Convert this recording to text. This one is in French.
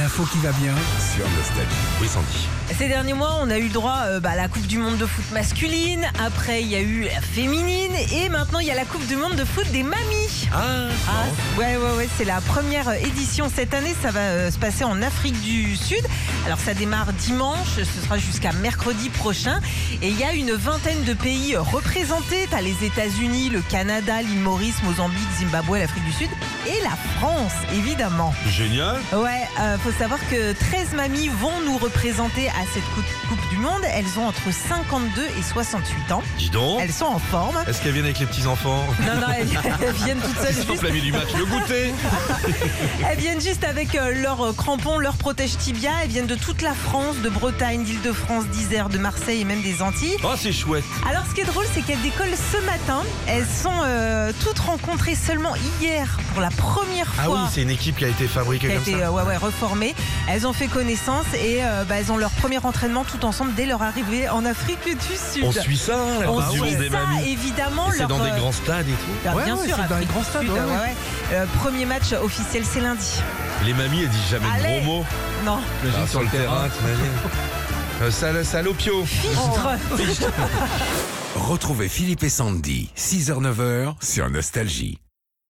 L'info qui va bien. Sur Nostalgie. Oui, Sandy. Ces derniers mois, on a eu le droit euh, bah, à la Coupe du Monde de foot masculine, après il y a eu la féminine, et maintenant il y a la Coupe du Monde de foot des mamies. Ah, Ah, ouais, ouais, ouais, c'est la première euh, édition cette année, ça va euh, se passer en Afrique du Sud. Alors ça démarre dimanche, ce sera jusqu'à mercredi prochain, et il y a une vingtaine de pays euh, représentés. T'as les États-Unis, le Canada, l'île Maurice, Mozambique, Zimbabwe, l'Afrique du Sud, et la France, évidemment. génial. Ouais, euh, faut savoir que 13 mamies vont nous représenter à cette coupe, Coupe du Monde. Elles ont entre 52 et 68 ans. Dis donc. Elles sont en forme. Est-ce qu'elles viennent avec les petits-enfants Non, non, elles, elles viennent toutes Ils seules. sont Juste, enflammés du match. Le goûter elles viennent juste avec euh, leurs euh, crampons, leurs protège tibia. Elles viennent de toute la France, de Bretagne, d'Île-de-France, d'Isère, de Marseille et même des Antilles. Oh, c'est chouette. Alors, ce qui est drôle, c'est qu'elles décollent ce matin. Elles sont euh, toutes rencontrées seulement hier pour la première fois. Ah oui, c'est une équipe qui a été fabriquée qui a comme été ça. euh, ouais, ouais, reformée. Elles ont fait connaissance et euh, bah, elles ont leur premier entraînement tout ensemble dès leur arrivée en Afrique du Sud. On suit ça, hein, la On Coupe du suit Monde des ça, mamies. évidemment. Et C'est leur, dans des euh, grands stades et tout. bah, Ouais, bien ouais, sûr, c'est dans les Afrique grands du stades, Sud, ouais, ouais. ouais. Euh, premier match officiel, c'est lundi. Les mamies, elles disent jamais Allez. de gros mots. Non, Ah, sur le terrain, t'imagines Euh, sal- Salopio. fichtre. Retrouvez Philippe et Sandy, 6h-9h, sur Nostalgie.